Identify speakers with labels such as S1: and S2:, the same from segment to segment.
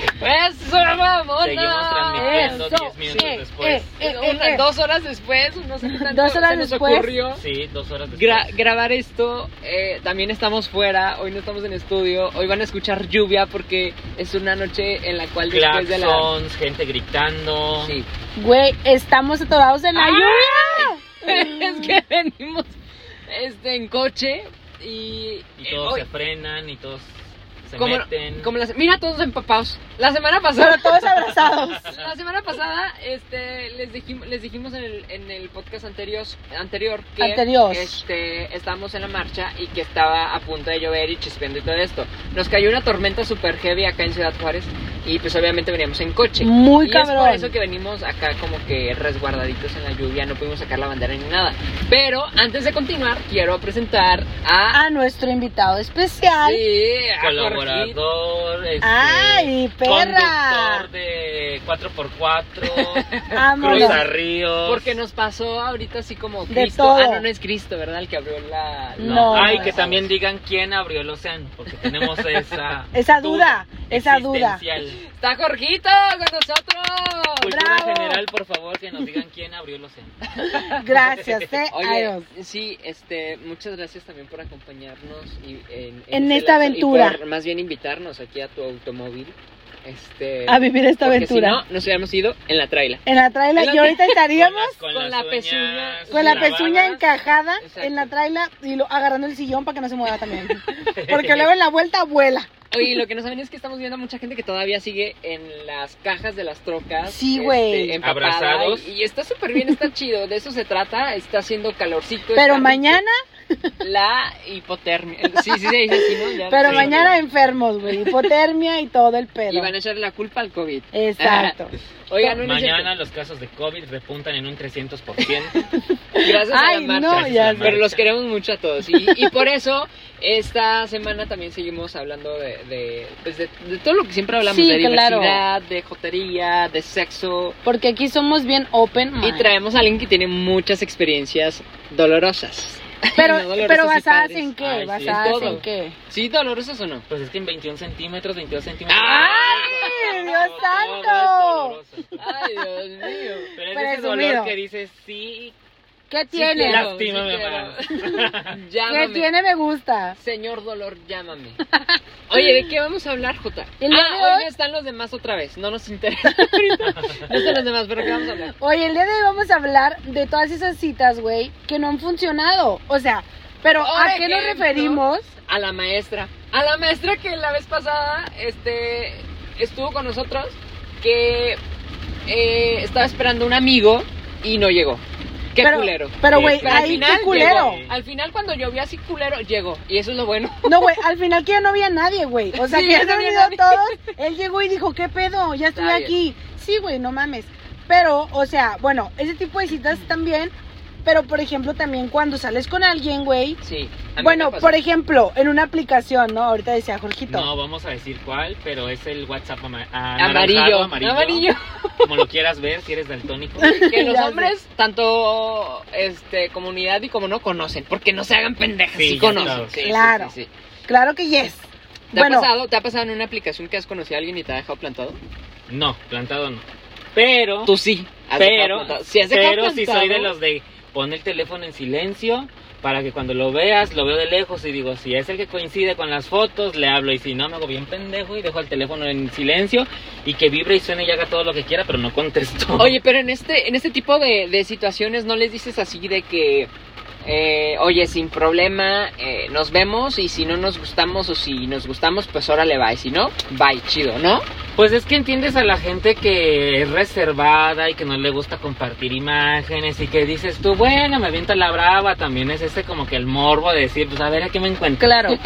S1: Eso, mamona.
S2: Seguimos transmitiendo
S1: Eso.
S2: 10 minutos
S1: Eh,
S2: después.
S1: eh, eh,
S3: Una-
S1: eh, eh.
S3: dos horas después, no sé qué tanto
S1: Dos horas
S3: se nos
S1: después.
S3: ocurrió
S2: Sí, dos horas después.
S3: gra- grabar esto. eh, también estamos fuera, hoy no estamos en estudio, hoy van a escuchar lluvia porque es una noche en la cual después de la...
S2: Claxons, gente gritando.
S3: Sí.
S1: Güey, estamos atorados en la
S3: ¡Ah!
S1: lluvia.
S3: es que venimos este, en coche y...
S2: Y
S3: eh,
S2: todos
S3: hoy-
S2: se frenan y todos se
S3: como,
S2: meten.
S3: como las- mira todos empapados. La semana pasada
S1: Pero todos abrazados.
S2: Ah.
S3: La semana pasada este, les, dijimos, les dijimos en el, en el podcast anterior, anterior que
S1: Anterior.
S3: Este, estábamos en la marcha y que estaba a punto de llover y chispeando y todo esto. Nos cayó una tormenta super heavy acá en Ciudad Juárez y pues obviamente veníamos en coche.
S1: Muy
S3: y es por
S1: cabrón.
S3: eso que venimos acá como que resguardaditos en la lluvia, no pudimos sacar la bandera ni nada. Pero antes de continuar, quiero presentar a...
S1: A nuestro invitado especial.
S3: Sí, a Jorgito.
S2: Colaborador, este,
S1: Ah, ¡Ay, perra!
S2: conductor de 4x4,
S1: Vámonos.
S2: Cruza Ríos.
S3: Porque nos pasó ahorita así como
S1: De
S3: Cristo.
S1: todo.
S3: Ah, no, no es Cristo, ¿verdad? El que abrió la. la-
S1: No,
S2: Ay,
S1: no,
S2: que
S1: no.
S2: también digan quién abrió el océano, porque tenemos esa
S1: Esa duda, esa duda. Oh,
S2: existencial.
S3: Está Jorgito con nosotros.
S2: Cultura
S1: Bravo.
S2: general, por favor, que nos digan quién abrió el océano.
S1: Gracias, eh. Adiós.
S3: Oye, sí, este, muchas gracias también por acompañarnos y en,
S1: En
S3: este
S1: esta
S3: lapso,
S1: aventura.
S3: y por más bien invitarnos aquí a tu automóvil. Este,
S1: A vivir esta
S3: porque
S1: aventura.
S3: Si no, nos hubiéramos ido en la traila.
S1: En la traila,
S3: Es lo
S1: y ahorita estaríamos
S2: Con,
S3: Con
S2: las
S3: la
S2: uñas
S3: pezuña-
S1: con la
S2: lavadas.
S1: pezuña encajada
S3: Exacto.
S1: en la traila y lo, agarrando el sillón para que no se mueva también. Porque luego en la vuelta vuela.
S3: Oye, lo que no saben es que estamos viendo a mucha gente que todavía sigue en las cajas de las trocas. este,
S1: Sí, güey.
S3: empapada,
S2: Abrazados.
S3: Y, y está súper bien, está chido. De eso se trata. Está haciendo calorcito.
S1: Pero
S3: está
S1: mañana,
S3: rico. La hipotermia. Sí, sí, se dice así, ¿no? Ya-
S1: pero
S3: sí.
S1: mañana enfermos, güey. Hipotermia y Ah, todo el
S3: Y
S1: pedo.
S3: van a echarle la culpa al COVID.
S1: Exacto.
S3: Oigan, no es
S2: Mañana los casos de COVID repuntan en un 300%.
S3: cierto. Gracias a
S1: Ay,
S3: la marcha.
S1: no, ya
S2: Gracias a la
S1: sé.
S3: Pero
S2: marcha.
S3: los queremos mucho a todos. Y, y por eso, esta semana también seguimos hablando de, de, pues de, de todo lo que siempre hablamos:
S1: Sí,
S3: de
S1: claro.
S3: diversidad, de jotería, de sexo.
S1: Porque aquí somos bien open
S3: Y
S1: mind.
S3: traemos a alguien que tiene muchas experiencias dolorosas.
S1: Pero,
S3: No, dolorosas
S1: pero
S3: y
S1: basadas
S3: padres.
S1: en qué?
S2: Ay, sí,
S1: basadas
S3: todo.
S1: en qué?
S3: ¿Sí, dolorosas o no?
S2: pues es que en 21 centímetros, 22 centímetros.
S1: ¡Ay, Dios
S2: Todo
S1: santo!
S2: es doloroso.
S3: Ay, Dios mío.
S2: Pero es ese
S1: Presumido.
S2: dolor que dices, sí,
S1: ¿Qué
S3: tiene?
S1: tiene?
S3: quiero,
S2: lástima
S3: sí
S2: me
S3: quiero.
S2: más.
S3: Llámame.
S1: ¿Qué tiene? Me gusta.
S3: Señor dolor, llámame. Oye, ¿de qué vamos a hablar, Jota?
S1: El día de
S3: ah, hoy
S1: hoy-
S3: no están los demás otra vez. No nos interesa. ahorita. no están los demás, pero ¿qué vamos a hablar?
S1: Oye, el día de hoy vamos a hablar de todas esas citas, güey, que no han funcionado. O sea, pero
S3: Por
S1: ¿a qué nos
S3: ejemplo.
S1: referimos?
S3: A la maestra. A la maestra que la vez pasada este, estuvo con nosotros, que eh, estaba esperando un amigo y no llegó. Qué
S1: Pero-
S3: culero.
S1: Pero,
S2: Sí,
S1: güey,
S2: pero al
S1: ahí
S3: final
S1: qué culero.
S2: llegó.
S3: Al final, cuando llovió así culero, llegó. Y eso es lo bueno.
S1: No, güey, al final que ya no había nadie, güey. O sea,
S3: Sí,
S1: que
S3: ya
S1: ya se
S3: no
S1: han
S3: había
S1: ido
S3: nadie.
S1: todos. Él llegó y dijo, ¿qué pedo? Ya estoy
S3: Está
S1: aquí. Sí, güey, no mames. Pero, o sea, bueno, ese tipo de citas también. Pero, por ejemplo, también cuando sales con alguien, güey.
S3: Sí.
S1: Bueno, por ejemplo, en una aplicación, ¿no? Ahorita decía Jorgito.
S2: No vamos a decir cuál, pero es el WhatsApp ama-
S3: Amarillo.
S2: anaranjado,
S3: Amarillo.
S2: amarillo. Como lo quieras ver, si eres daltónico.
S3: Que los
S1: Ya sé.
S3: hombres, tanto este comunidad y como no, conocen. Porque no se hagan pendejas. Sí,
S2: Sí, ya
S3: conocen.
S2: claro.
S3: Sí, sí,
S1: Claro.
S3: sí, sí.
S1: Claro que yes.
S3: ¿Te,
S1: Bueno,
S3: ha pasado, ¿Te ha pasado en una aplicación que has conocido a alguien y te ha dejado plantado?
S2: No, plantado no. Pero,
S3: Tú sí. has dejado
S2: pero,
S3: plantado. Sí, has dejado
S2: pero si soy de
S3: plantado.
S2: los de poner el teléfono en silencio para que cuando lo veas, lo veo de lejos y digo, si es el que coincide con las fotos, le hablo y si no, me hago bien pendejo y dejo el teléfono en silencio y que vibre y suene y haga todo lo que quiera, pero no contesto.
S3: Oye, pero en este, en este tipo de, de situaciones no les dices así de que, eh, oye, sin problema, eh, nos vemos y si no nos gustamos o si nos gustamos, pues órale, bye. Si no, bye, chido, ¿no?
S2: Pues es que entiendes a la gente que es reservada y que no le gusta compartir imágenes y que dices tú, bueno, me avienta la brava, también es ese como que el morbo de decir, pues a ver a qué me encuentro.
S1: claro. Ujú.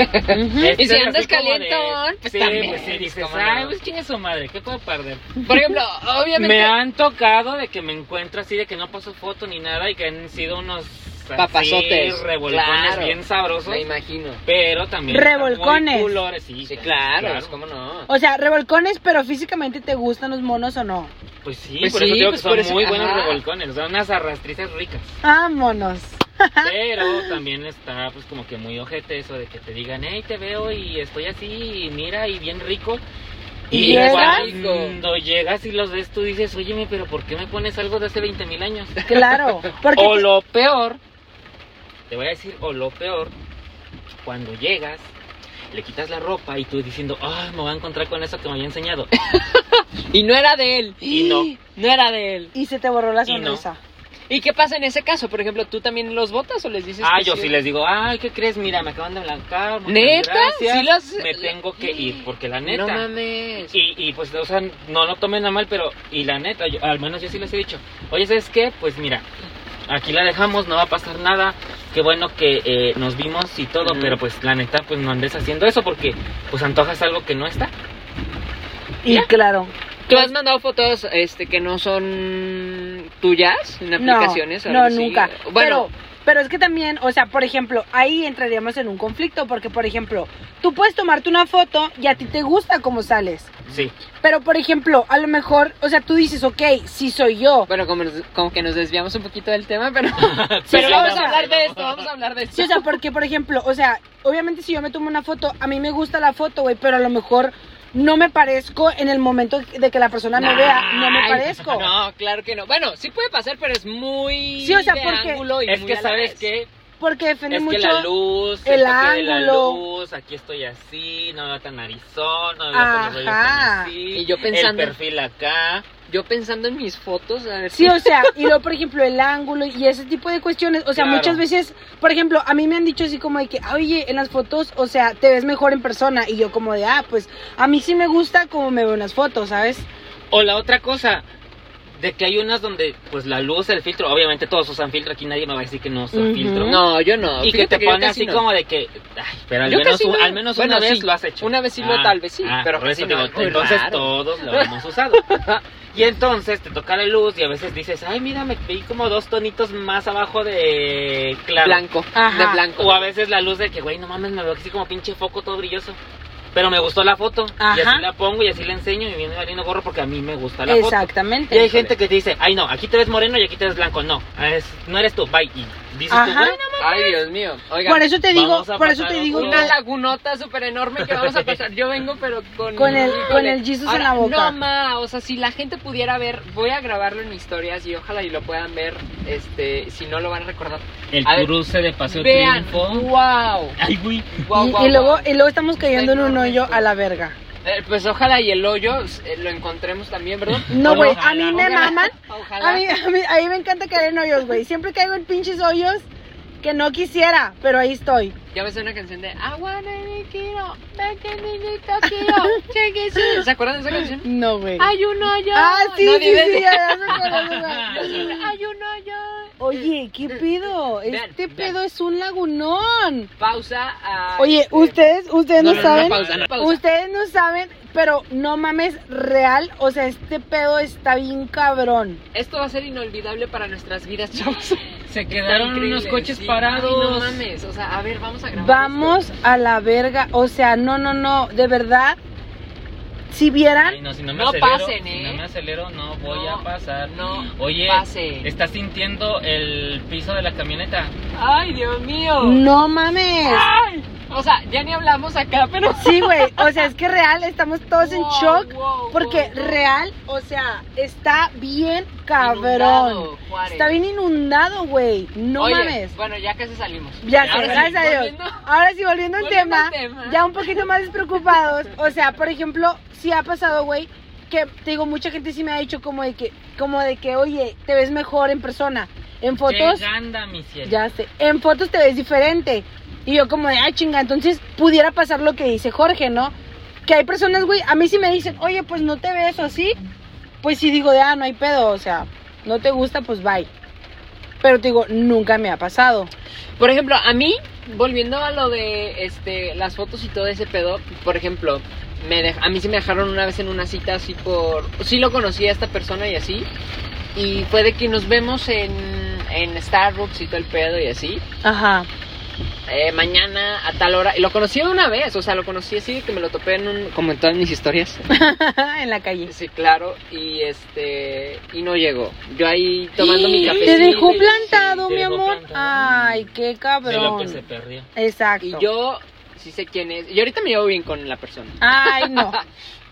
S2: Este
S3: Y si
S2: es
S3: andas
S2: así como de,
S3: calientón, pues
S2: sí,
S3: también,
S2: pues sí, dices,
S3: ¿cómo no?
S2: ay, pues chingue su madre, ¿qué puedo perder?
S3: Por ejemplo, obviamente...
S2: Me han tocado de que me encuentro así, de que no paso foto ni nada y que han sido unos así
S3: Papazotes,
S2: revolcones
S3: claro.
S2: bien sabrosos,
S3: Me imagino.
S2: pero también están muy
S1: Revolcones.
S2: culores, sí,
S3: Sí, claro, pues, ¿cómo no?
S1: O sea, revolcones, pero físicamente te gustan los monos o no.
S2: Pues sí,
S3: Pues
S2: por
S3: sí,
S2: eso digo
S3: pues
S2: que
S3: por
S2: son
S3: eso-
S2: muy buenos
S3: ajá.
S2: revolcones, o sea, unas arrastrices ricas.
S1: Ah, Vámonos.
S2: Pero también está pues como que muy ojete eso de que te digan, hey, te veo y estoy así, y mira, y bien rico.
S1: ¿Y
S2: Y
S1: llegas?
S2: cuando llegas y los ves, tú dices, óyeme, pero ¿por qué me pones algo de hace 20 mil años?
S1: Claro. Porque
S2: O
S1: te-
S2: lo peor, te voy a decir, o lo peor, cuando llegas, le quitas la ropa y tú diciendo, ah, me voy a encontrar con eso que me había enseñado.
S3: Y no era de él.
S2: Y no.
S3: No era de él.
S1: Y se te borró la
S2: Y no.
S1: sonrisa.
S3: ¿Y qué pasa en ese caso? Por ejemplo, ¿tú también los votas o les dices
S2: Ah,
S3: que
S2: yo sí les digo, ay, ¿qué crees? Mira, me acaban de blancar. muchas
S3: ¿Neta?
S2: gracias,
S3: ¿Sí las-
S2: Me tengo que ir, porque la
S3: No
S2: neta.
S3: mames.
S2: y, y pues, o sea, no lo tomen a mal, pero, y la neta, yo- al menos yo sí les he dicho, oye, ¿sabes qué? Pues mira, aquí la dejamos, no va a pasar nada, qué bueno que eh, nos vimos y todo,
S3: Ujú.
S2: pero pues la neta, pues no andes haciendo eso porque, pues antojas algo que no está.
S1: Y claro.
S3: ¿Tú has mandado fotos este que no son tuyas en
S1: No,
S3: aplicaciones? o algo
S1: no,
S3: así?
S1: nunca.
S3: Bueno,
S1: Pero, pero es que también, o sea, por ejemplo, ahí entraríamos en un conflicto, porque, por ejemplo, tú puedes tomarte una foto y a ti te gusta cómo sales.
S2: Sí.
S1: Pero, por ejemplo, a lo mejor, o sea, tú dices, ok, sí soy yo.
S3: bueno como, nos- como que nos desviamos un poquito del tema, pero,
S2: Sí,
S3: pero vamos
S2: no,
S3: a hablar
S2: no.
S3: de esto, vamos a hablar de esto.
S1: Sí, o sea, porque, por ejemplo, o sea, obviamente si yo me tomo una foto, a mí me gusta la foto, güey, pero a lo mejor no me parezco en el momento de que la persona me vea, no me
S3: Ay,
S1: parezco.
S3: No, claro que no. Bueno, sí puede pasar, pero es muy
S1: Sí, o sea,
S3: de
S1: porque-
S3: ángulo y
S2: Es
S3: muy
S2: que
S3: a la
S2: sabes
S3: vez.
S2: que
S1: Porque depende
S2: es que
S1: mucho.
S2: la luz,
S1: el
S2: el, toque de la
S1: ángulo.
S2: luz, aquí estoy así, no me veo tan narizón, no me veo
S1: Ajá.
S2: con los rollos tan así,
S3: Y yo pensando-
S2: el perfil acá.
S3: Yo pensando en mis fotos, a ver
S1: Sí, o sea, y luego, por ejemplo, el ángulo y ese tipo de cuestiones. O sea,
S2: Claro.
S1: muchas veces, por ejemplo, a mí me han dicho así como de que, "Ah, oye, en las fotos, o sea, te ves mejor en persona. Y yo, como de, ah, pues a mí sí me gusta como me veo en las fotos, ¿sabes?
S2: O la otra cosa, de que hay unas donde pues la luz, el filtro, obviamente todos usan filtro, aquí nadie me va a decir que no usa
S1: Ujú.
S2: filtro.
S3: No, yo no.
S2: Y que
S3: Fíjate
S2: te
S3: yo
S2: pone
S3: casi
S2: así
S3: no.
S2: como de que, ay, pero al
S3: Yo
S2: menos,
S3: casi
S2: un-
S3: no.
S2: al menos
S3: Bueno,
S2: una vez
S3: sí.
S2: lo has hecho.
S3: Una vez sí lo- tal vez sí, pero
S2: Ah, por
S3: casi
S2: eso
S3: no,
S2: digo,
S3: muy
S2: entonces
S3: raro.
S2: todos lo hemos usado. Y entonces te toca la luz y a veces dices, ay, mira, me vi como dos tonitos más abajo de claro.
S3: Blanco,
S1: Ajá.
S3: de blanco.
S2: O a veces la luz de que, güey, no mames, me veo así como pinche foco todo brilloso. Pero me gustó la foto. Y
S1: Ajá.
S2: así la pongo y así la enseño y me viene valiendo gorro porque a mí me gusta la foto.
S1: Exactamente.
S2: Y hay gente que te dice, ay no, aquí te ves moreno y aquí te ves blanco. No, es, no eres tú, bye. Y dices tú,
S1: Ajá.
S2: güey,
S3: Ay, Dios mío. Oigan,
S1: por eso te digo,
S2: vamos a
S1: por eso
S2: pasar
S1: te
S2: a
S1: digo
S2: otro.
S1: que-
S3: una lagunota súper enorme que vamos a pasar. Yo vengo, pero con...
S1: Con el- con el Jesus en
S3: Ahora,
S1: la boca.
S3: No, ma, o sea, si la gente pudiera ver, voy a grabarlo en historias y ojalá y lo puedan ver, este, si no lo van a recordar.
S2: El
S3: A ver,
S2: cruce de Paseo
S3: Vean,
S2: Triunfo.
S3: wow,
S2: Ay, güey.
S3: wow,
S1: y,
S3: wow,
S1: y luego,
S3: wow.
S1: y luego estamos cayendo en un
S3: enorme
S1: hoyo
S3: esto.
S1: a la verga.
S3: Eh, pues ojalá y el hoyo eh, lo encontremos también, ¿verdad?
S1: No, güey, a
S2: Ojalá,
S1: mí me
S3: Ojalá,
S1: maman.
S3: Ojalá.
S1: A mí, a, mí, a mí me encanta caer en hoyos, güey. Siempre caigo en pinches hoyos que no quisiera, pero ahí estoy.
S3: Ya me suena una canción de I wanna be Kiro, back in the Tokyo, check it out. ¿Se acuerdan de esa canción?
S1: No, güey.
S3: Hay un hoyo.
S1: Ah, sí,
S3: No,
S1: sí,
S3: dime-
S1: sí, ya me acuerdo, güey.
S3: Yo siempre, Hay un hoyo.
S1: Oye, ¿qué pedo?
S3: Vean,
S1: Este
S3: vean.
S1: pedo es un lagunón.
S3: Pausa. a-
S1: Oye,
S3: este,
S1: ustedes, ustedes no,
S3: no,
S1: saben,
S3: No, pausa, no, pausa.
S1: ustedes no saben, pero no mames, real, o sea, este pedo está bien cabrón.
S3: Esto va a ser inolvidable para nuestras vidas, chavos.
S2: Se
S3: Está
S2: quedaron
S3: increíble,
S2: unos coches
S3: sí.
S2: parados.
S3: Ay, no mames. O sea, a ver, vamos a grabar.
S1: Vamos a la verga, o sea, no, no, no, de verdad, si
S2: Ay,
S1: vieran,
S2: no, si no me
S3: No
S2: acelero,
S3: pasen,
S2: si
S3: ¿eh?
S2: no me acelero, no voy
S3: No,
S2: a pasar.
S3: esto. No.
S2: Oye,
S3: Pase.
S2: ¿estás sintiendo el piso de la camioneta?
S3: Ay, Dios mío.
S1: no mames.
S3: Ay. O sea, ya ni hablamos acá, pero.
S1: Sí, güey, o sea, es que real, estamos todos en
S3: Wow,
S1: shock,
S3: wow,
S1: porque
S3: wow, wow.
S1: real, o sea, está bien cabrón.
S3: Inundado, Juárez.
S1: Está bien inundado, güey, no
S3: Oye,
S1: mames.
S3: Bueno, ya casi salimos.
S1: Ya sé,
S2: Ahora sí,
S1: gracias a Dios.
S3: volviendo-
S1: Ahora sí, volviendo al
S3: volviendo
S1: tema,
S3: al tema.
S1: ya un poquito más despreocupados. O sea, por ejemplo, sí ha pasado, güey, que te digo, mucha gente sí me ha dicho como de que, como de que, oye, te ves mejor en persona. En fotos,
S2: Lleganda, mi cielo.
S1: ya sé, en fotos te ves diferente. Y yo como de, ah, chinga, entonces pudiera pasar lo que dice Jorge, ¿no? Que hay personas, güey, a mí sí me dicen, oye, pues no te ves así. Pues sí digo de, ah, no hay pedo, o sea, no te gusta, pues bye. Pero te digo, nunca me ha pasado.
S3: Por ejemplo, a mí, volviendo a lo de este, las fotos y todo ese pedo, por ejemplo, me dej- a mí sí me dejaron una vez en una cita así por... Sí lo conocí a esta persona y así, y fue de que nos vemos en, en Starbucks y todo el pedo y así,
S1: Ajá.
S3: eh, mañana a tal hora, y lo conocí de una vez, o sea, lo conocí así de que me lo topé en un... como en todas mis historias.
S1: en la calle.
S3: Sí, claro, y este... y no llegó. Yo ahí tomando mi
S2: Te
S3: cafecito.
S1: Te dejó
S2: sí,
S1: plantado,
S2: te
S1: mi
S2: dejó
S1: amor.
S2: plantado.
S1: Ay, qué
S2: De lo que
S1: cabrón.
S2: se perdió.
S1: Exacto.
S3: Y yo sí sé quién es. Yo ahorita me llevo bien con la persona.
S1: Ay, no.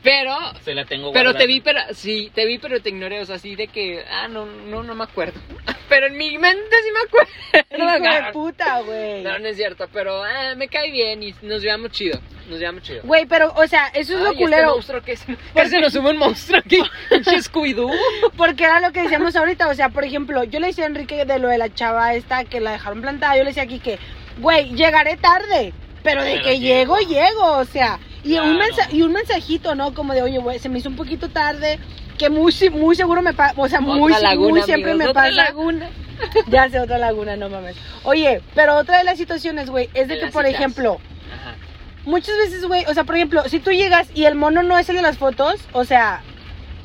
S3: Pero,
S2: Se la tengo
S3: pero
S2: guardada.
S3: te vi, pero sí, te vi, pero te ignoré, o sea, así de que, ah, no, no, no me acuerdo. Pero en mi mente sí me acuerdo.
S1: Hijo de puta, güey.
S3: No, no es cierto, pero ah, me cae bien y nos llevamos chido. Nos llevamos chido.
S1: Güey, pero, o sea, eso es
S3: Ay,
S1: lo
S3: este
S1: culero.
S3: monstruo que es- que se nos sube un monstruo aquí. Pinche Scooby-Doo.
S1: Porque era lo que decíamos ahorita, o sea, por ejemplo, yo le decía a Enrique de lo de la chava esta que la dejaron plantada, yo le decía aquí que, güey, llegaré tarde, pero de
S2: Pero
S1: que
S2: llego.
S1: llego, llego, o sea, y, un
S2: Claro.
S1: mensa- y un mensajito, ¿no? Como de, oye, güey, se me hizo un poquito tarde, que muy, si- muy seguro me pasa, o sea, muy,
S3: Otra laguna,
S1: muy siempre
S3: amigos,
S1: me
S3: otra
S1: pasa.
S3: laguna.
S1: Ya sé, otra laguna, no mames. Oye, pero otra de las situaciones, güey, es
S3: De
S1: de, que,
S3: las
S1: por
S3: citas.
S1: ejemplo,
S3: Ajá.
S1: muchas veces, güey, o sea, por ejemplo, si tú llegas y el mono no es el de las fotos, o sea,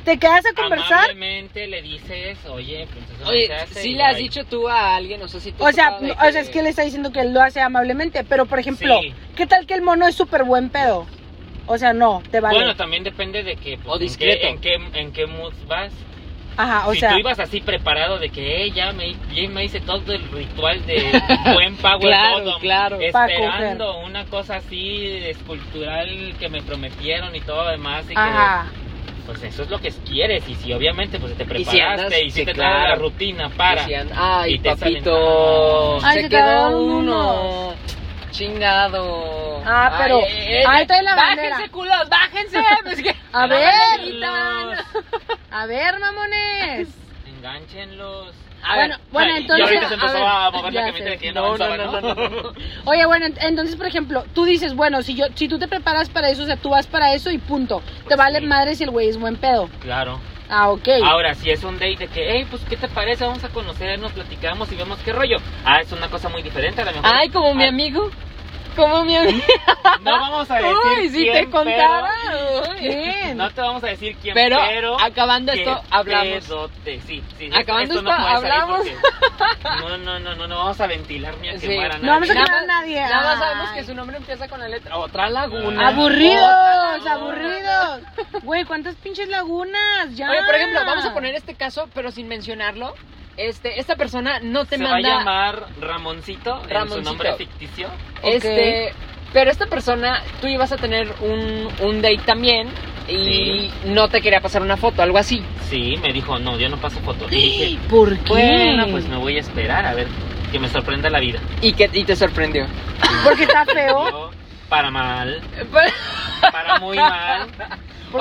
S1: te quedas a conversar.
S2: Amablemente le dices, oye, pues eso no
S3: Oye,
S2: se hace",
S3: ¿sí
S2: y
S3: le has
S2: ahí-
S3: dicho tú a alguien? O sea, si
S1: O sea, no, o sea, es que él está diciendo que él lo hace amablemente, pero por ejemplo,
S2: Sí.
S1: ¿qué tal que el mono es súper buen pedo? O sea, no, te vale.
S2: Bueno, también depende de que. pues,
S3: O
S2: en qué-
S3: discreto. Ah,
S2: En qué, en, qué, mood vas.
S1: Ajá, o
S2: si
S1: sea,
S2: tú ibas así preparado de que, eh, ya me, ya me hice todo el ritual de buen power
S3: Claro,
S2: bottom,
S3: claro.
S1: Pa'
S2: Esperando una cosa así escultural que me prometieron y todo lo demás. Y que,
S1: ajá.
S2: pues eso es lo que quieres. Y si obviamente pues te
S3: si
S2: preparaste
S3: andas-
S2: y
S3: sí,
S2: hiciste toda la
S3: claro.
S2: rutina para.
S3: Ay,
S2: Y te
S3: papito.
S2: salen-
S1: Ay,
S3: se
S1: se
S3: quedó
S1: quedaron
S3: uno.
S1: unos.
S3: Chingado. eh,
S1: Ah, pero- ahí trae la
S3: bájense,
S1: bandera.
S3: culos, bájense. Pues que-
S2: Pero
S1: A ver,
S2: agárrenlos,
S1: a ver, mamones.
S2: Engánchenlos.
S3: A
S1: Bueno,
S3: ver,
S1: bueno,
S2: Ay,
S1: entonces,
S2: Y ahorita se
S1: a
S2: empezó
S1: ver,
S2: a, mover la
S1: ya
S2: camisa
S1: sé.
S2: de que ya
S3: No,
S2: no, avanzaba,
S3: no, no, no, no, no.
S1: Oye, bueno, ent- entonces, por ejemplo, tú dices, bueno, si yo si tú te preparas para eso, o sea, tú vas para eso y punto. te
S2: Pues
S1: vale
S2: sí.
S1: madre si el güey es buen pedo.
S2: Claro.
S1: Ah, ok.
S2: Ahora, si es un date de que, hey, pues, ¿qué te parece? Vamos a conocernos, platicamos y vemos qué rollo. Ah, es una cosa muy diferente a lo mejor.
S3: Ay, como mi
S2: Ah,
S3: amigo. Como mi amigo.
S2: No vamos a decir
S3: Uy, si
S2: quién,
S3: te contara. uy.
S1: Bien.
S2: pero- no te vamos a decir quién,
S3: Pero,
S2: pero...
S3: acabando
S2: qué
S3: esto, hablamos.
S2: pedote. Sí, sí.
S3: Acabando esto,
S2: puede salir
S3: hablamos.
S2: porque- No, no, no, no, no vamos a ventilar ni a
S3: Sí.
S2: quemar a nadie.
S1: no vamos a
S3: Nada
S1: quemar a
S3: más-
S1: nadie.
S3: Nada más
S1: Ay.
S3: sabemos que su nombre empieza con la letra. Otra laguna.
S1: Aburridos,
S2: Otra
S1: aburridos. Güey, ¿cuántas pinches lagunas? Ya.
S3: Oye, por ejemplo, vamos a poner este caso, pero sin mencionarlo. Este, esta persona no te
S2: Se va a
S3: manda.
S2: llamar Ramoncito, en
S3: Ramoncito.
S2: su nombre ficticio.
S3: Este, pero esta persona, tú ibas a tener un, un date también y no te quería pasar una foto, algo así.
S2: Sí, me dijo, no, yo no paso fotos. Y dije,
S1: ¿Por qué?
S2: bueno, pues me voy a esperar a ver que me sorprenda la vida.
S3: Y que y te sorprendió.
S1: Porque está
S3: ¿Oh?
S1: feo.
S2: Yo, para mal, para muy mal.
S3: Pues,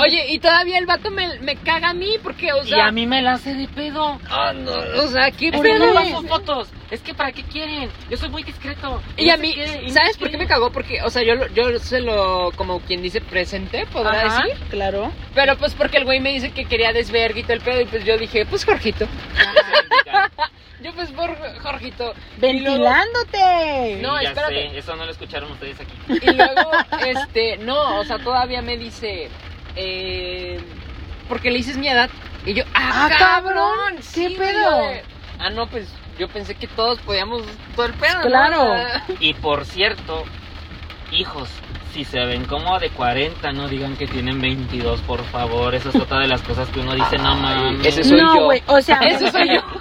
S3: Oye, y todavía el vato me, me caga a mí porque, o
S2: y
S3: sea,
S2: a mí me la hace de pedo.
S3: ah, no, o sea, qué
S2: Es que
S3: pedo.
S2: no paso fotos. Es que para qué quieren. Yo soy muy discreto.
S3: Y a
S2: no sé
S3: mí,
S2: qué, y no
S3: ¿sabes
S2: sé
S3: por qué me cagó? Porque, o sea, yo, lo- yo se lo, como quien dice, presenté, podrá
S1: Ajá,
S3: decir.
S1: claro.
S3: Pero pues porque el güey me dice que quería desvergue y todo el pedo y pues yo dije, pues Jorgito. Yo pues por Jorgito. Y luego-
S1: Ventilándote.
S3: No,
S2: No,
S3: espérate.
S2: eso no lo escucharon ustedes aquí.
S3: Y luego, este, no, o sea, todavía me dice, eh, porque le dices mi edad. Y yo, ah,
S1: Ah,
S3: cabrón,
S1: cabrón, ¿qué
S3: sí, güey,
S1: pedo?
S3: yo de- ah, no, pues yo pensé que todos podíamos todo el pedo. ¿no?
S1: Claro.
S3: O sea,
S2: Y por cierto, hijos, si se ven como de 40, no digan que tienen 22, por favor. Eso es otra de las cosas que uno dice, no mames.
S3: ese soy yo.
S1: No, güey, o sea,
S3: Eso soy yo.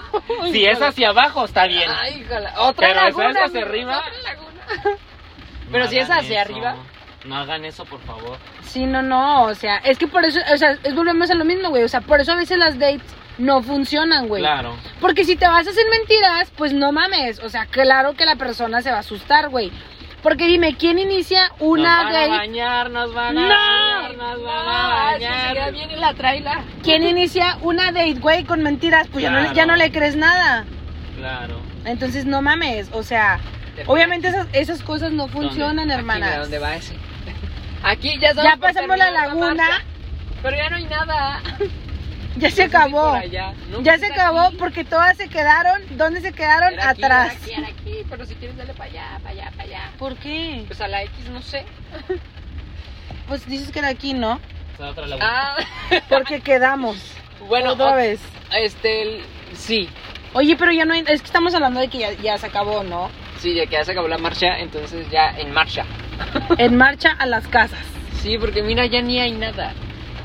S2: Si es hacia abajo, está bien.
S3: Ay, híjala. Otra
S2: Pero si
S3: laguna.
S2: es hacia
S3: amigos,
S2: arriba.
S3: otra laguna.
S2: No
S3: pero si es
S2: hagan
S3: hacia
S2: eso.
S3: arriba.
S2: No hagan eso, por favor.
S1: sí, no, no, o sea, es que por eso, o sea, es- volvemos a lo mismo, güey, o sea, por eso a veces las dates no funcionan, güey.
S2: Claro.
S1: Porque si te vas a hacer mentiras, pues no mames, o sea, claro que la persona se va a asustar, güey. Porque dime, ¿quién inicia una
S2: nos van
S1: date?
S2: a bañar, nos van a
S1: No.
S2: bañar, nos van a
S3: No, si se queda
S2: bañar.
S3: bien y la traila.
S1: ¿Quién inicia una date, güey, con mentiras? Pues ya, no, le- ya
S2: Claro.
S1: no le crees nada.
S2: Claro.
S1: Entonces, no mames, o sea, obviamente esas, esas cosas no funcionan,
S3: Aquí, mira,
S1: hermanas.
S3: ¿Dónde va ese? Aquí ya estamos
S1: Ya
S3: por
S1: pasamos la
S3: terminar
S1: laguna.
S3: marcha, Pero ya no hay nada. No
S1: Ya se
S3: sé si
S1: acabó.
S3: por allá. No,
S1: Ya
S3: pues
S1: se
S3: es
S1: acabó
S3: aquí.
S1: porque todas se quedaron. ¿Dónde se quedaron?
S3: Era aquí,
S1: Atrás.
S3: era Aquí, era aquí, pero si quieres dale para allá, para allá, para allá.
S1: ¿Por qué?
S3: Pues a la X no sé.
S1: Pues dices que era aquí, ¿no?
S2: Esa Otra la
S3: Ah,
S1: Porque quedamos.
S3: bueno,
S1: otra
S3: o-
S1: vez.
S3: este, el- sí,
S1: Oye, pero ya no hay. Es que estamos hablando de que ya, ya se acabó, ¿no?
S3: sí, ya que ya se acabó la marcha, entonces ya en marcha.
S1: En marcha a las casas.
S3: Sí, porque mira, ya ni hay nada.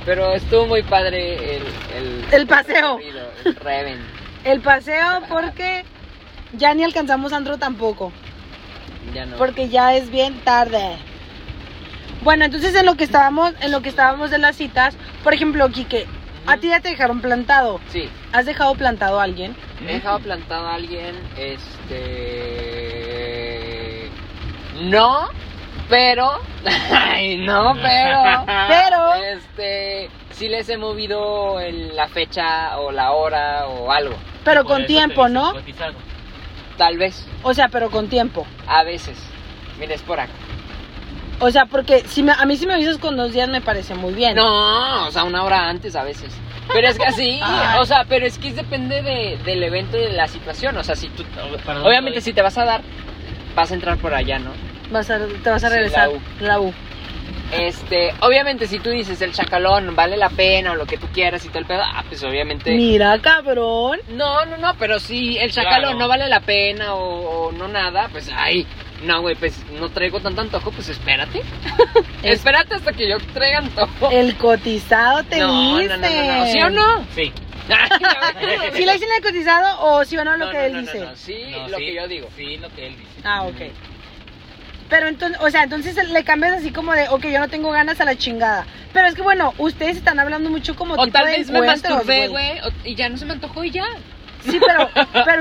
S3: Pero estuvo muy padre el... El,
S1: El paseo.
S3: recorrido, el Reven.
S1: El paseo porque ya ni alcanzamos Andro tampoco.
S3: Ya no.
S1: Porque ya es bien tarde. Bueno, entonces en lo que estábamos, en lo que estábamos de las citas, por ejemplo, Quique, a ti ya te dejaron plantado.
S3: Sí,
S1: ¿Has dejado plantado a alguien?
S2: ¿Mm?
S3: me he dejado plantado a alguien, este... No, pero... Ay, no, pero...
S1: Pero
S3: Este, sí les he movido el- la fecha o la hora o algo,
S1: pero
S2: Por
S1: con
S2: eso te
S1: tiempo,
S2: dicen
S1: ¿no?
S3: pues.
S2: cotizado.
S3: tal vez,
S1: O sea, pero con tiempo.
S3: a veces. Mira, es por acá.
S1: O sea, porque si me- a mí si me avisas con dos días me parece muy bien.
S3: No, o sea, una hora antes a veces. Pero es que así,
S1: Ay.
S3: o sea, pero es que depende de- del evento y de la situación. O sea, si tú,
S1: Ah.
S2: Para dónde
S3: obviamente
S2: voy.
S3: si te vas a dar, vas a entrar por allá, ¿no?
S1: Vas a, te vas a
S3: Sí,
S1: regresar.
S3: la U.
S1: La U.
S3: Este, obviamente si tú dices el chacalón vale la pena o lo que tú quieras y todo el pedo, ah, pues obviamente...
S1: Mira, cabrón.
S3: No, no, no, pero si el chacalón
S2: Claro.
S3: no vale la pena o, o no nada, pues ay, no, güey, pues no traigo tanto antojo, pues espérate.
S1: Es-
S3: espérate hasta que yo traiga antojo.
S1: El cotizado te
S3: no, no,
S1: dice.
S3: no, no,
S1: Eh,
S3: no, ¿sí o no?
S2: Sí.
S1: ¿Sí le dicen el cotizado o sí o no lo
S3: No,
S1: que
S3: no,
S1: él
S3: no, no,
S1: dice?
S3: no, sí,
S2: No,
S3: lo
S2: sí,
S3: que yo digo.
S2: Sí, lo que él dice.
S1: Ah, ok. Pero entonces, o sea, entonces le cambias así como de, ok, yo no tengo ganas a la chingada. Pero es que bueno, ustedes están hablando mucho como
S3: O
S1: tipo
S3: tal
S1: de
S3: vez me
S1: encuentros,
S3: masturbé, güey, o- y ya no se me antojó y ya.
S1: Sí, pero, pero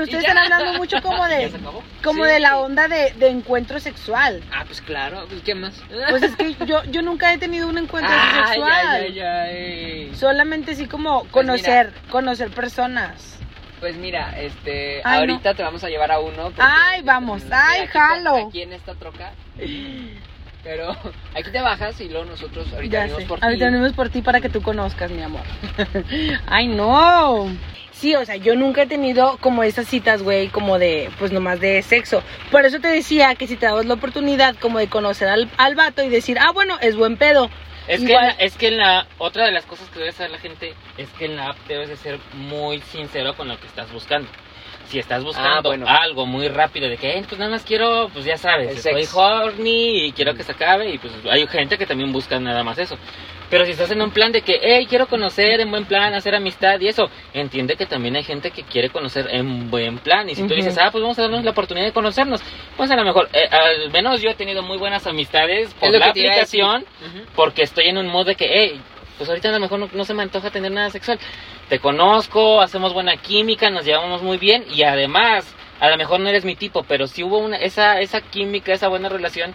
S3: Y
S1: ustedes
S3: ya.
S1: están hablando mucho como
S2: ¿Ya
S1: de,
S2: se acabó?
S1: como
S3: Sí,
S1: de
S3: sí.
S1: la onda de, de encuentro sexual.
S3: Ah, pues claro, pues ¿qué más?
S1: Pues es que yo, yo nunca he tenido un encuentro
S3: ay,
S1: sexual.
S3: ay, ay, ay.
S1: Solamente así como conocer, conocer personas.
S3: Pues mira, este,
S1: Ay,
S3: ahorita te vamos a llevar a uno. porque-
S1: Ay, vamos,
S3: Mm,
S1: ay,
S3: aquí con-
S1: jalo.
S3: Aquí en esta troca. Pero aquí te bajas y luego nosotros ahorita
S1: ya
S3: venimos
S1: sé.
S3: por ti.
S1: Ahorita venimos por ti para que tú conozcas, mi amor. Ay, no. Sí, o sea, yo nunca he tenido como esas citas, güey, como de, pues nomás de sexo. Por eso te decía que si te dabas la oportunidad como de conocer al, al vato y decir, ah, bueno, es buen pedo.
S2: Es que, en
S1: Igual.
S2: la, es que en la otra de las cosas que debe saber la gente es que en la app debes de ser muy sincero con lo que estás buscando. Si estás buscando
S3: Ah, bueno.
S2: algo muy rápido de que, "Eh, pues nada más quiero, pues ya sabes,
S3: El Mm.
S2: estoy
S3: sexo.
S2: horny y quiero que se acabe y pues hay gente que también busca nada más eso. Pero si estás en un plan de que, hey, quiero conocer en buen plan, hacer amistad y eso, entiende que también hay gente que quiere conocer en buen plan. Y si tú
S1: Ujú.
S2: dices, ah, pues vamos a darnos la oportunidad de conocernos, pues a lo mejor, eh, al menos yo he tenido muy buenas amistades por
S3: lo
S2: la
S3: que te iba a decir.
S2: aplicación
S3: Ujú.
S2: porque estoy en un mood de que, hey, pues ahorita a lo mejor no, no se me antoja tener nada sexual. Te conozco, hacemos buena química, nos llevamos muy bien y además, a lo mejor no eres mi tipo, pero sí hubo una, esa, esa química, esa buena relación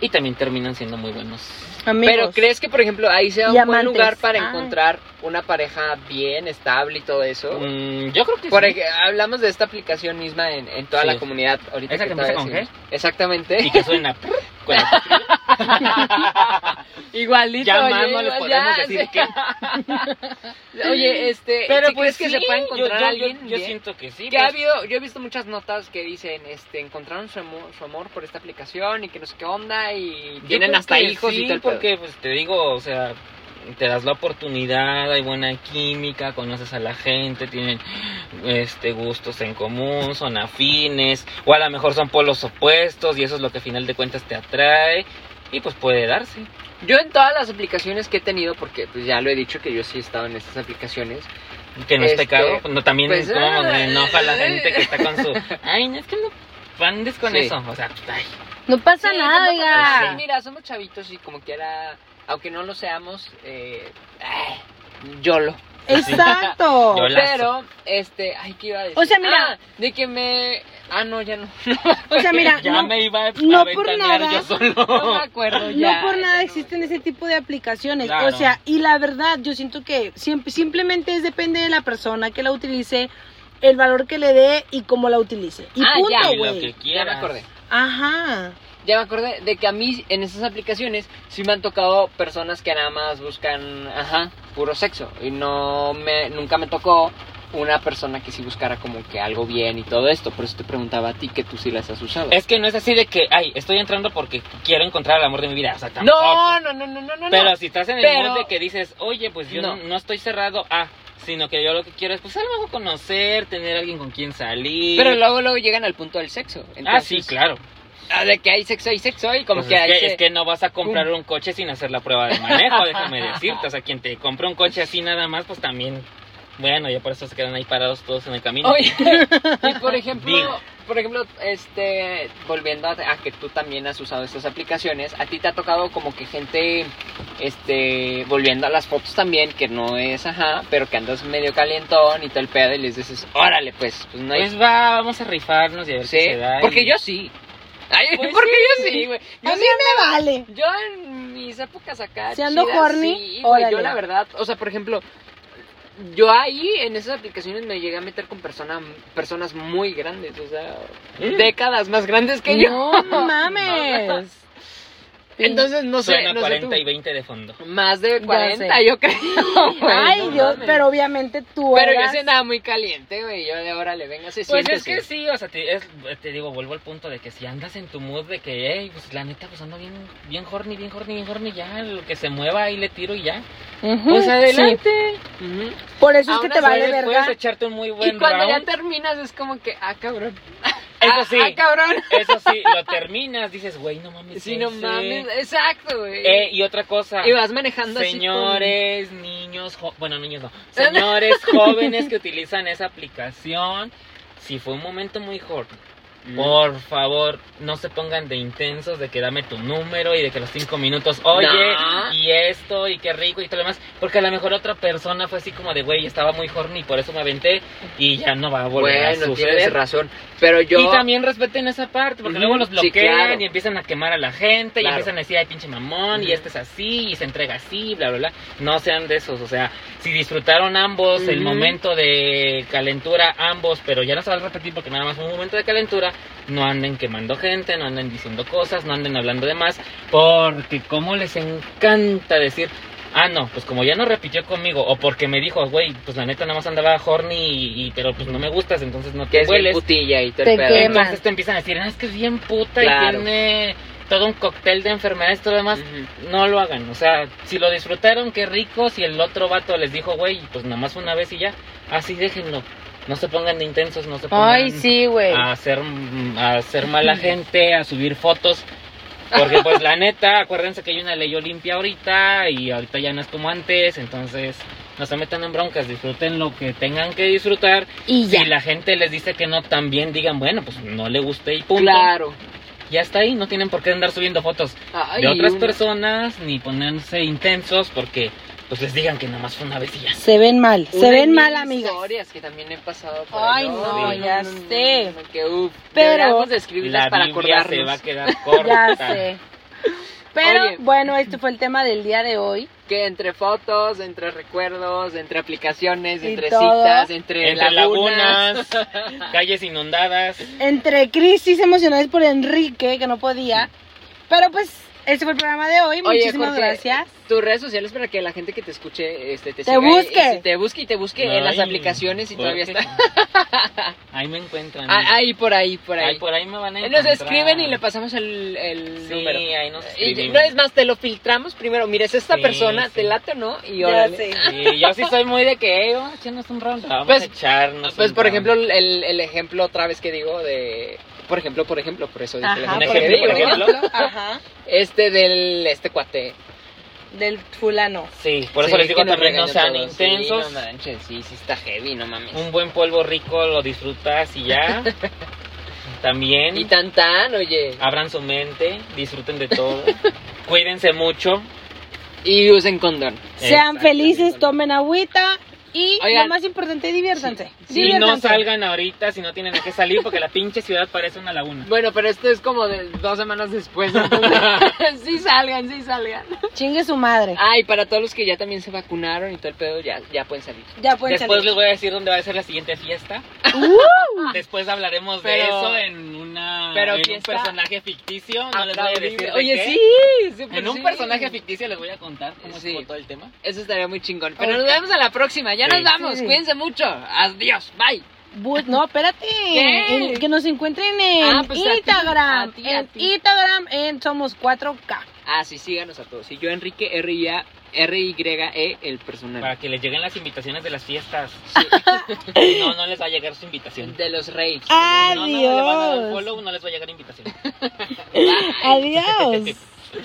S2: y también terminan siendo muy buenos.
S1: Amigos.
S3: Pero crees que, por ejemplo, ahí sea un
S1: Y
S3: buen
S1: amantes.
S3: lugar para
S1: Ah.
S3: encontrar una pareja bien estable y todo eso.
S2: Mm, yo creo que
S3: Por
S2: sí.
S3: ej- hablamos de esta aplicación misma en, en toda
S2: Sí.
S3: la comunidad ahorita.
S2: Esa que
S3: todavía
S2: empieza con
S3: sí. Exactamente.
S2: Y que suena. con la-
S3: Igualito.
S2: ya
S3: oye,
S2: más no les
S3: igual-
S2: podemos
S3: ya,
S2: decir
S3: sí.
S2: que.
S3: Oye, este,
S2: Pero
S3: ¿sí
S2: pues
S3: crees que
S2: sí,
S3: se puede
S2: yo-
S3: encontrar
S2: yo,
S3: a alguien?
S2: Yo,
S3: bien?
S2: siento que sí.
S3: Que ha
S2: pues,
S3: habido, yo he visto muchas notas que dicen, este, encontraron su amor, su amor por esta aplicación y que no sé qué onda y
S2: Yo
S3: tienen
S2: creo
S3: hasta
S2: que
S3: hijos
S2: sí,
S3: y todo el pedo.
S2: porque pues te digo, o sea, te das la oportunidad, hay buena química, conoces a la gente, tienen este gustos en común, son afines, o a lo mejor son polos opuestos y eso es lo que a final de cuentas te atrae y pues puede darse.
S3: Yo en todas las aplicaciones que he tenido, porque pues ya lo he dicho que yo sí he estado en estas aplicaciones,
S2: Que no es
S3: Este,
S2: pecado, no también
S3: pues,
S2: como me
S3: ah,
S2: enoja la
S3: eh.
S2: gente que está con su, ay, no es que no andes con
S3: Sí.
S2: eso, o sea, ay,
S1: No pasa
S3: Sí,
S1: nada,
S3: tampoco-
S1: oiga.
S3: sí, mira, somos chavitos y como quiera, aunque no lo seamos, eh, ay, yolo.
S1: Exacto.
S2: Yo la-
S3: Pero, este, ay, ¿qué iba a decir?
S1: O sea, mira.
S3: Ah, de que me... Ah, no, ya no.
S1: O sea, mira,
S2: ya
S1: no,
S2: me iba a
S1: no por
S2: aventanear
S1: nada.
S2: yo solo.
S3: No me acuerdo ya.
S1: no por
S3: ya
S1: nada
S3: no.
S1: existen ese tipo de aplicaciones.
S2: Claro.
S1: O sea, y la verdad, yo siento que siempre, simplemente es depende de la persona que la utilice, el valor que le dé y cómo la utilice. Y
S3: Ah, ya.
S1: punto,
S2: Y lo que
S1: güey.
S3: Ya me
S2: quieras.
S3: acordé.
S1: Ajá.
S3: Ya me acordé de que a mí en esas aplicaciones sí me han tocado personas que nada más buscan, ajá, puro sexo. Y no me, nunca me tocó una persona que sí buscara como que algo bien y todo esto. Por eso te preguntaba a ti que tú sí las has usado.
S2: Es que no es así de que, ay, estoy entrando porque quiero encontrar el amor de mi vida. O sea, tampoco.
S3: no, no, no, no, no, no.
S2: Pero si estás en el
S3: Pero-
S2: mundo de que dices, oye, pues yo
S3: No.
S2: no, no estoy cerrado a, sino que yo lo que quiero es, pues a lo mejor conocer, tener alguien con quien salir.
S3: Pero luego, luego llegan al punto del sexo.
S2: ah,
S3: Entonces,
S2: sí, claro.
S3: ah, De que hay sexo, hay sexo y como
S2: Pues
S3: que
S2: es,
S3: hay...
S2: que, es que no vas a comprar un coche sin hacer la prueba de manejo, déjame decirte. O sea, quien te compra un coche así nada más, pues también. Bueno, ya por eso se quedan ahí parados todos en el camino.
S3: Oye, y por ejemplo,
S2: Digo.
S3: por ejemplo, este, volviendo a, a que tú también has usado estas aplicaciones, a ti te ha tocado como que gente, este, volviendo a las fotos también, que no es, ajá, pero que andas medio calientón y todo el pedo y les dices, órale, pues, pues no hay...
S2: Pues va, vamos a rifarnos y a ver
S3: Sí,
S2: qué se da. y-
S3: porque yo sí. Ay,
S2: Pues
S3: porque
S2: sí.
S3: yo sí, güey. Yo
S1: A
S3: sí
S1: mí me vale.
S3: yo en mis épocas acá.
S1: Si ando
S3: chidas,
S1: horny,
S3: sí, güey, yo
S1: órale.
S3: la verdad, o sea, por ejemplo, yo ahí en esas aplicaciones me llegué a meter con persona, personas muy grandes, o sea,
S2: Mm.
S3: décadas más grandes que yo.
S1: No mames.
S3: Entonces, no sé,
S2: Suena
S3: no sé
S2: 40 y
S3: tú.
S2: 20 de fondo.
S3: Más de
S1: Ya
S3: 40,
S1: sé.
S3: yo creo. güey,
S1: Ay,
S3: no
S1: Dios,
S3: mames.
S1: pero obviamente tú
S3: Pero yo
S1: eras-
S3: sí andaba muy caliente, güey. Yo de ahora le venga, se
S2: Pues
S3: siente.
S2: es que sí, o sea, te, es- te digo, vuelvo al punto de que si andas en tu mood de que, hey, pues la neta, pues ando bien, bien horny, bien horny, bien horny, ya, lo que se mueva ahí le tiro y ya.
S1: Ujú,
S2: Pues adelante.
S3: Ujú.
S1: sí. Por eso es
S3: Aún
S1: que te
S3: así,
S1: vale
S2: puedes, puedes
S1: verga.
S2: echarte un muy buen
S3: Y cuando ya
S2: round.
S3: terminas es como que, ah, cabrón.
S2: Eso
S3: Ah,
S2: sí,
S3: Ah, cabrón.
S2: eso sí, lo terminas, dices, güey, no mames.
S3: Sí, no
S2: ese".
S3: mames. Exacto, güey.
S2: Eh, y otra cosa.
S3: y vas manejando así.
S2: Señores, niños, jo- bueno, niños no, señores jóvenes que utilizan esa aplicación, si fue un momento muy horny,
S3: con-
S2: por favor, no se pongan de intensos de que dame tu número y de que los cinco minutos, oye,
S3: No.
S2: y esto, y qué rico, y todo lo demás, porque a lo mejor otra persona fue así como de, güey, estaba muy horny y por eso me aventé y ya no va a volver a
S3: Bueno,
S2: suceder.
S3: tienes razón. Pero yo.
S2: Y también respeten esa parte, porque
S3: Ujú,
S2: luego los
S3: sí,
S2: bloquean
S3: claro.
S2: y empiezan a quemar a la gente y
S3: Claro.
S2: empiezan a decir, ay, pinche mamón, y
S3: Ujú.
S2: este es así, y se entrega así, bla, bla, bla. No sean de esos, o sea, si disfrutaron ambos el
S3: Ujú.
S2: momento de calentura, ambos, pero ya no se va a repetir porque nada más fue un momento de calentura, no anden quemando gente, no anden diciendo cosas, no anden hablando de más, porque como les encanta decir... Ah, no, pues como ya no repitió conmigo, o porque me dijo, güey, pues la neta nada más andaba horny, y, y- pero pues no me gustas, entonces no
S3: Que
S2: te
S3: es bien
S2: hueles.
S3: putilla y todo
S1: Te
S3: el pedo.
S1: quema.
S2: Entonces te empiezan a decir, "Ah, es que es bien puta
S3: Claro.
S2: y tiene todo un cóctel de enfermedades y todo lo demás.
S3: Ujú.
S2: No lo hagan, o sea, si lo disfrutaron, qué rico. Si el otro vato les dijo, güey, pues nada más una vez y ya, así déjenlo. No se pongan de intensos, no se pongan
S1: Ay, sí, güey.
S2: a, hacer, mm, a hacer mala gente, a subir fotos. Porque pues la neta, acuérdense que hay una ley Olimpia ahorita y ahorita ya no es como antes, entonces no se metan en broncas, disfruten lo que tengan que disfrutar
S1: Y ya.
S2: si la gente les dice que no, también digan, bueno, pues no le guste y punto.
S3: Claro.
S2: Ya está ahí, no tienen por qué andar subiendo fotos
S3: Ay,
S2: de otras
S3: una-
S2: personas ni ponerse intensos porque pues les digan que nomás fue una vez y ya.
S1: Se ven mal,
S3: una
S1: se ven
S3: mil
S1: mal, amigas.
S3: historias que también he pasado por
S1: Ay,
S3: allá.
S1: no,
S3: Sí. Mm,
S1: ya sé.
S3: Que uff.
S1: Pero-
S3: Pero. de
S2: La
S3: escribirlas para
S2: Biblia
S3: acordarnos.
S2: se va a quedar corta.
S1: Ya sé. Pero
S3: Oye.
S1: bueno, este fue el tema del día de hoy.
S3: Que entre fotos, entre recuerdos, entre aplicaciones,
S1: Y
S3: entre
S1: todo.
S3: citas, entre,
S2: Entre
S3: lagunas.
S2: lagunas, calles inundadas.
S1: Entre crisis emocionales por Enrique, que no podía. Pero pues, este fue el programa de hoy.
S3: Oye,
S1: Muchísimas
S3: Jorge,
S1: gracias.
S3: Tus redes sociales para que la gente que te escuche este, te,
S1: Te
S3: siga y-
S1: busque.
S3: y si te busque y te busque en las
S2: Ay,
S3: aplicaciones y todavía
S2: porque-
S3: está.
S2: Ahí me encuentran.
S3: Ah, Ahí, por ahí, por ahí.
S2: Ahí por ahí me van a
S3: Nos
S2: encontrar.
S3: escriben y le pasamos el, el
S2: Sí,
S3: número.
S2: ahí nos
S3: Y
S2: escriben.
S3: no es más, te lo filtramos primero. Mira, es esta
S2: Sí,
S3: persona,
S2: sí.
S3: te late o no. Y
S1: Ya
S3: órale.
S1: sé.
S2: Sí, yo sí soy muy de que, eh, vamos a echarnos un round. Vamos
S3: Pues-
S2: a echarnos
S3: Pues,
S2: un
S3: por
S2: round.
S3: ejemplo, el, el ejemplo otra vez que digo de. Por ejemplo, por ejemplo, por eso dije el
S1: Ajá,
S2: Un
S1: por
S3: que
S2: ejemplo,
S3: digo,
S2: por
S3: ¿no?
S2: ejemplo.
S1: ejemplo. Ajá.
S3: Este del. Este cuate.
S1: Del fulano.
S2: Sí, por eso
S3: Sí,
S2: les digo
S3: que nos
S2: también no
S3: regaña
S2: sean
S3: todo. Sí,
S2: intensos.
S3: no manches, sí, sí está heavy, no mames.
S2: un buen polvo rico lo disfrutas y ya. también
S3: Y tan tan, oye.
S2: abran su mente, disfruten de todo. Cuídense mucho. Ah.
S3: Y usen condón.
S1: Sean
S3: Exactamente.
S1: felices, tomen agüita. Y
S3: Oigan.
S1: lo más importante, diviértanse.
S2: Y no
S1: Diviértanse.
S2: salgan ahorita si no tienen a qué salir porque la pinche ciudad parece una laguna.
S3: Bueno, pero esto es como de dos semanas después. entonces, sí salgan, sí salgan.
S1: Chingue su madre.
S3: Ay, para todos los que ya también se vacunaron y todo el pedo, ya, ya pueden salir.
S1: Ya pueden
S2: Después les
S1: salir. Uh, Ah.
S2: voy a decir dónde va a ser la siguiente fiesta. Después hablaremos de
S3: Pero-
S2: eso en una
S3: pero
S2: en un
S3: fiesta-
S2: personaje ficticio. No les voy a decir. de
S3: Oye,
S2: qué.
S3: sí, súper
S2: En un
S3: sí.
S2: personaje ficticio les voy a contar cómo
S3: Sí.
S2: estuvo todo el tema.
S3: Eso estaría muy chingón. Pero
S1: Ok.
S3: nos vemos a la próxima. Ya
S2: Sí.
S3: nos vamos.
S1: Sí.
S3: Cuídense mucho. Adiós. Bye.
S1: Bu- No, espérate.
S3: ¿Qué?
S1: En- que nos encuentren en
S3: Ah, pues a ti,
S1: Instagram.
S3: a ti, a
S1: en
S3: ti.
S1: Instagram en Somos 4K.
S3: Ah, sí, síganos a todos. Y yo, Enrique, R-I-A, R-Y-E, el personal.
S2: Para que les lleguen las invitaciones de las fiestas.
S3: Sí.
S2: No, no les va a llegar su invitación.
S3: De los raves.
S2: Ah, No, no, no, le van a dar
S1: Adiós.
S2: follow, no les va a llegar invitación.
S3: Bye.
S1: Adiós.